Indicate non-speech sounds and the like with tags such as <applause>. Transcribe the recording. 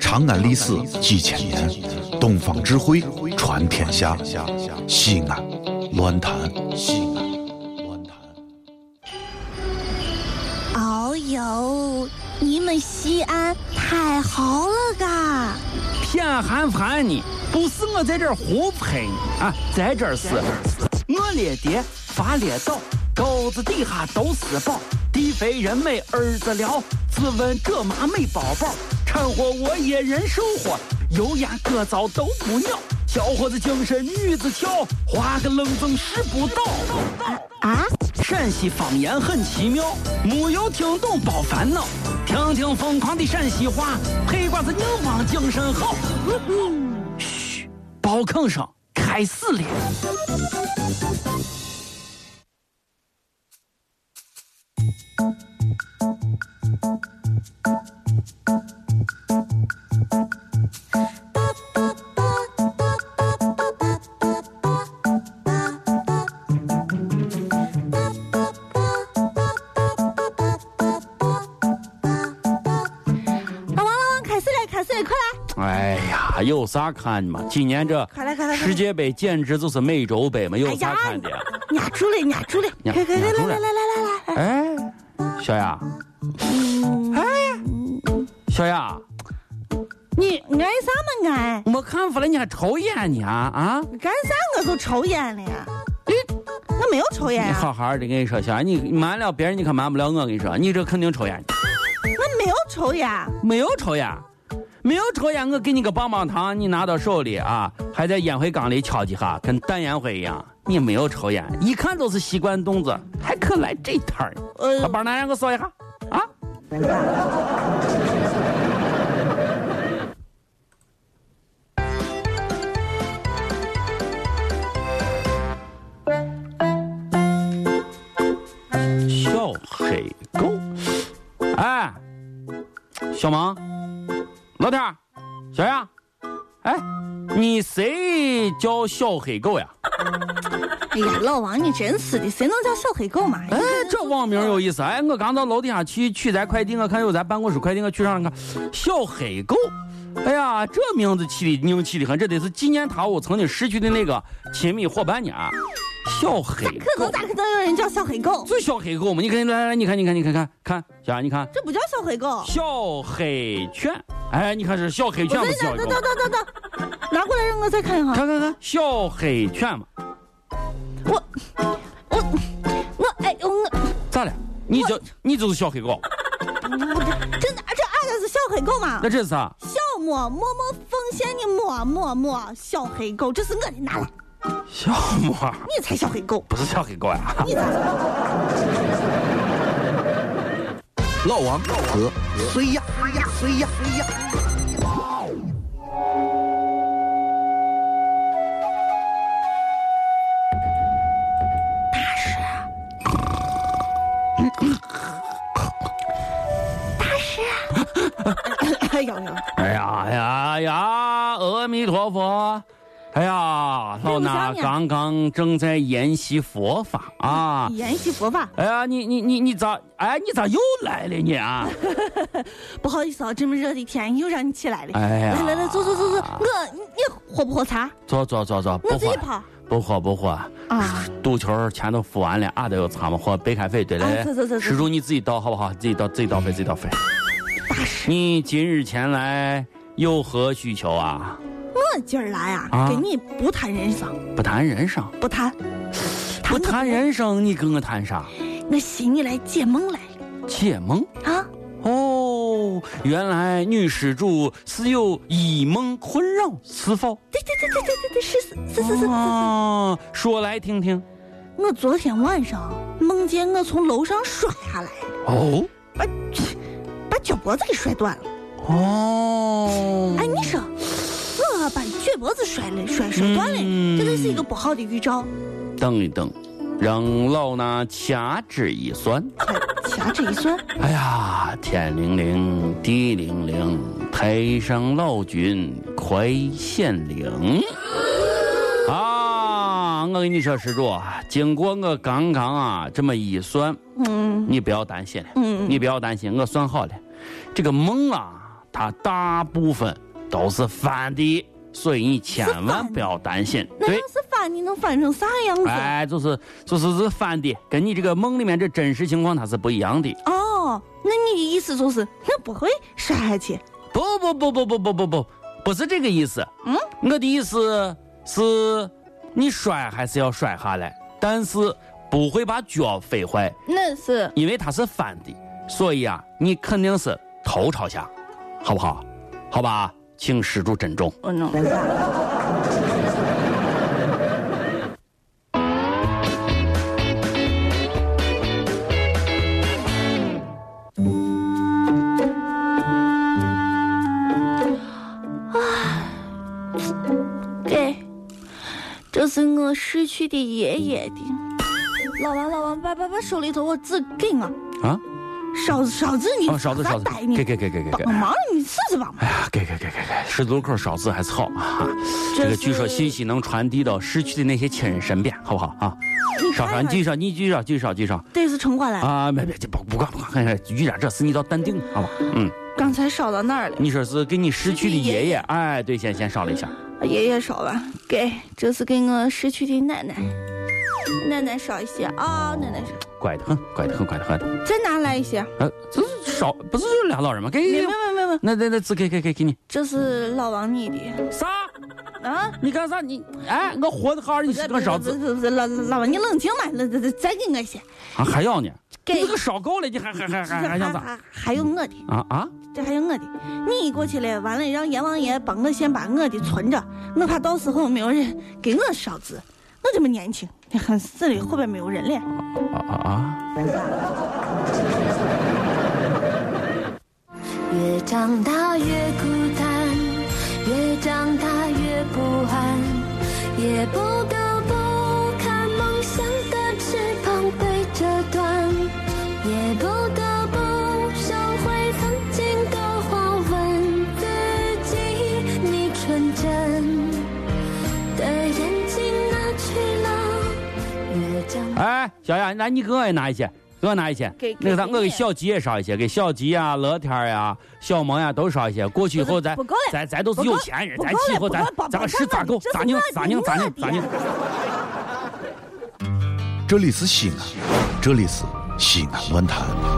长安历史几千年，东方智慧传天下。西安，乱谈西安，乱谈。哦呦，你们西安太好了嘎！偏寒寒你，不是我在这儿胡喷你啊，在这儿是我列爹发列倒，沟子底下都是宝，地肥人美儿子了，自问这妈没宝宝，掺和我也人生活，油盐各糟都不尿，小伙子精神女子俏，花个愣风拾不到。啊，陕西方言很奇妙，没有听懂别烦恼，听听疯狂的陕西话，黑瓜子硬邦精神好。嘘，包吭声开始了。啊完了完了，开始了开始了，快来！哎呀，有啥看的嘛？今年这快来快来快来世界杯简直就是美洲杯嘛，哎有啥呀看的？，压住了压住了，压快快快压来住来来了来来来来，哎，小雅，哎，小雅，你爱啥嘛爱？没看出来你还抽烟呢啊啊！干啥我就抽烟了呀？我没有抽烟你啊，好好的跟你说，小孩，你瞒了别人，你可瞒不了我。跟你说，你这肯定抽烟，我没有抽烟。没有抽烟，没有抽烟，我给你个棒棒糖，你拿到手里啊，还在烟灰缸里敲几下，跟弹烟灰一样。你没有抽烟，一看就是习惯动作，还肯来这摊儿。呃把，板拿让我扫一下啊！小黑狗，哎，小萌，老天儿，小杨，哎，你谁叫小黑狗呀？哎呀，老王你真是的，谁能叫小黑狗嘛？哎，这网名有意思。哎，我刚到楼底下去取咱快递，我看有咱办公室快递，我去上看，小黑狗。哎呀，这名字起的硬气的很，这得是纪念他我曾经失去的那个亲密伙伴呢。啊小黑可能狗，咋可能有人叫小黑狗？就小黑狗嘛？你看，来来来，你看，你看，你看看看，小杨，你看这不叫小黑狗。小黑犬。哎，你看是小黑犬等不一是小下，黑等狗等？等等等，拿过来让我再看一下。看看看，小黑犬嘛，我我我哎我咋了？你就你就是小黑狗，我真的这按的是小黑狗嘛那？这是啥？小摸摸摸奉献你摸摸摸，小黑狗，这是我的，拿来，小猫儿，你才小黑狗，不是小黑狗呀、你才。老王和谁呀？谁呀？谁呀？哎呦呦，哎呀哎呀哎呀！阿弥陀佛！哎呀，老衲刚刚正在研习佛法啊！沿袭佛法，哎呀，你你你你咋？哎，你咋又来了你啊？不好意思啊，这么热的天又让你起来了。哎呀 <laughs> 来来来，坐坐坐坐，我你你喝不喝茶？坐坐坐坐，我不自己喝泡不喝不喝，啊。赌球钱都付完了，俺都有咱们喝白开水对哎走走走走嘞。施主你自己倒好不好？自己倒自己倒费自己倒费。你今日前来有何需求啊？我今儿来啊，啊跟你不谈人生，不谈人生，不谈，不谈人生，你跟我谈啥？我寻你来解梦来了解梦。啊！哦，原来女施主是有以梦困扰，是否？对对对对对对对，是是是是是。啊，说来听听。我昨天晚上梦见我从楼上摔下来，哦把把脚脖子给摔断了。哦，哎，你说，我把脚脖子摔了，摔摔断了，嗯这就是一个不好的预兆。等一等，让老衲掐指一算。哎掐指一算，哎呀，天灵灵，地灵灵，太上老君快显灵！啊，我跟你说，施主啊，经过我刚刚啊这么一算， <laughs> 嗯你不要担心了。嗯，你不要担心，我算好了，这个梦啊，它大部分都是反的，所以你千万不要担心。那对要，是翻，你能翻成啥样子？哎，就是就是是反的，跟你这个梦里面这真实情况它是不一样的。哦，那你的意思就是我不会摔下去？不不不不不不不不，不是这个意思。嗯，我的意思是，你摔还是要摔下来，但是不会把脚飞坏，那是因为它是翻的，所以啊，你肯定是头朝下，好不好？好吧，请施主珍重。我弄。 <sighs> 啊给，这是我失去的爷爷的。老王，老王，把把把手里头我纸给我，啊，勺子，勺子，你哦，勺子，勺子咋逮，你？给给给给给给帮。忙，你试试吧。哎呀，给给给给给，十字路口勺子还是好啊！这嗯个是据说信息能传递到逝去的那些亲人身边，好不好啊？你少少，看你看继，续少，你继续少，继续少，继续少这是城管来，啊！别别，这不不管不管，哎遇点这事你倒淡定，好吧？嗯，刚才烧到那儿了？你说是给你逝去的爷爷，哎，对，先先烧了一下，爷爷烧吧，给，这是给我逝去的奶奶。奶奶烧一些啊、奶奶烧，乖的很，乖的很，乖的很。再拿来一些。呃，这是烧，不是就俩老人吗？给没给没给，没没没，那那那纸给给给给你这是老王你的啥？啊？你干啥？你哎，我活的好好的，你是不个是勺不子是不是，老老王你冷静吧，冷再再给我一些。啊？还要呢？给你个烧够了，你还还还还还 <laughs> 想咋？还还有我的，啊啊！这还有我的。你过去了，完了让阎王爷帮我先把我的存着，我怕到时候没有人给我烧纸。我这么年轻，你看死了后边没有人了。啊啊啊！越长大越孤单，越长大越不安，也不得不看梦想的翅膀被折断，也不得不收回曾经的话，问自己你纯真的眼睛哪去了？越长大。哎，小雅，来，你给我也拿一些，给我拿一些。给那个啥，给我给你小吉也烧一些，给小吉呀、乐天呀、小萌呀都烧一些。过去以后咱不够了咱咱都是有钱人，不够咱了去以后咱不够了咱把不够事咋了够这是咋拧我的咋拧咋拧咋拧我。这里是西安，这里是西安论坛。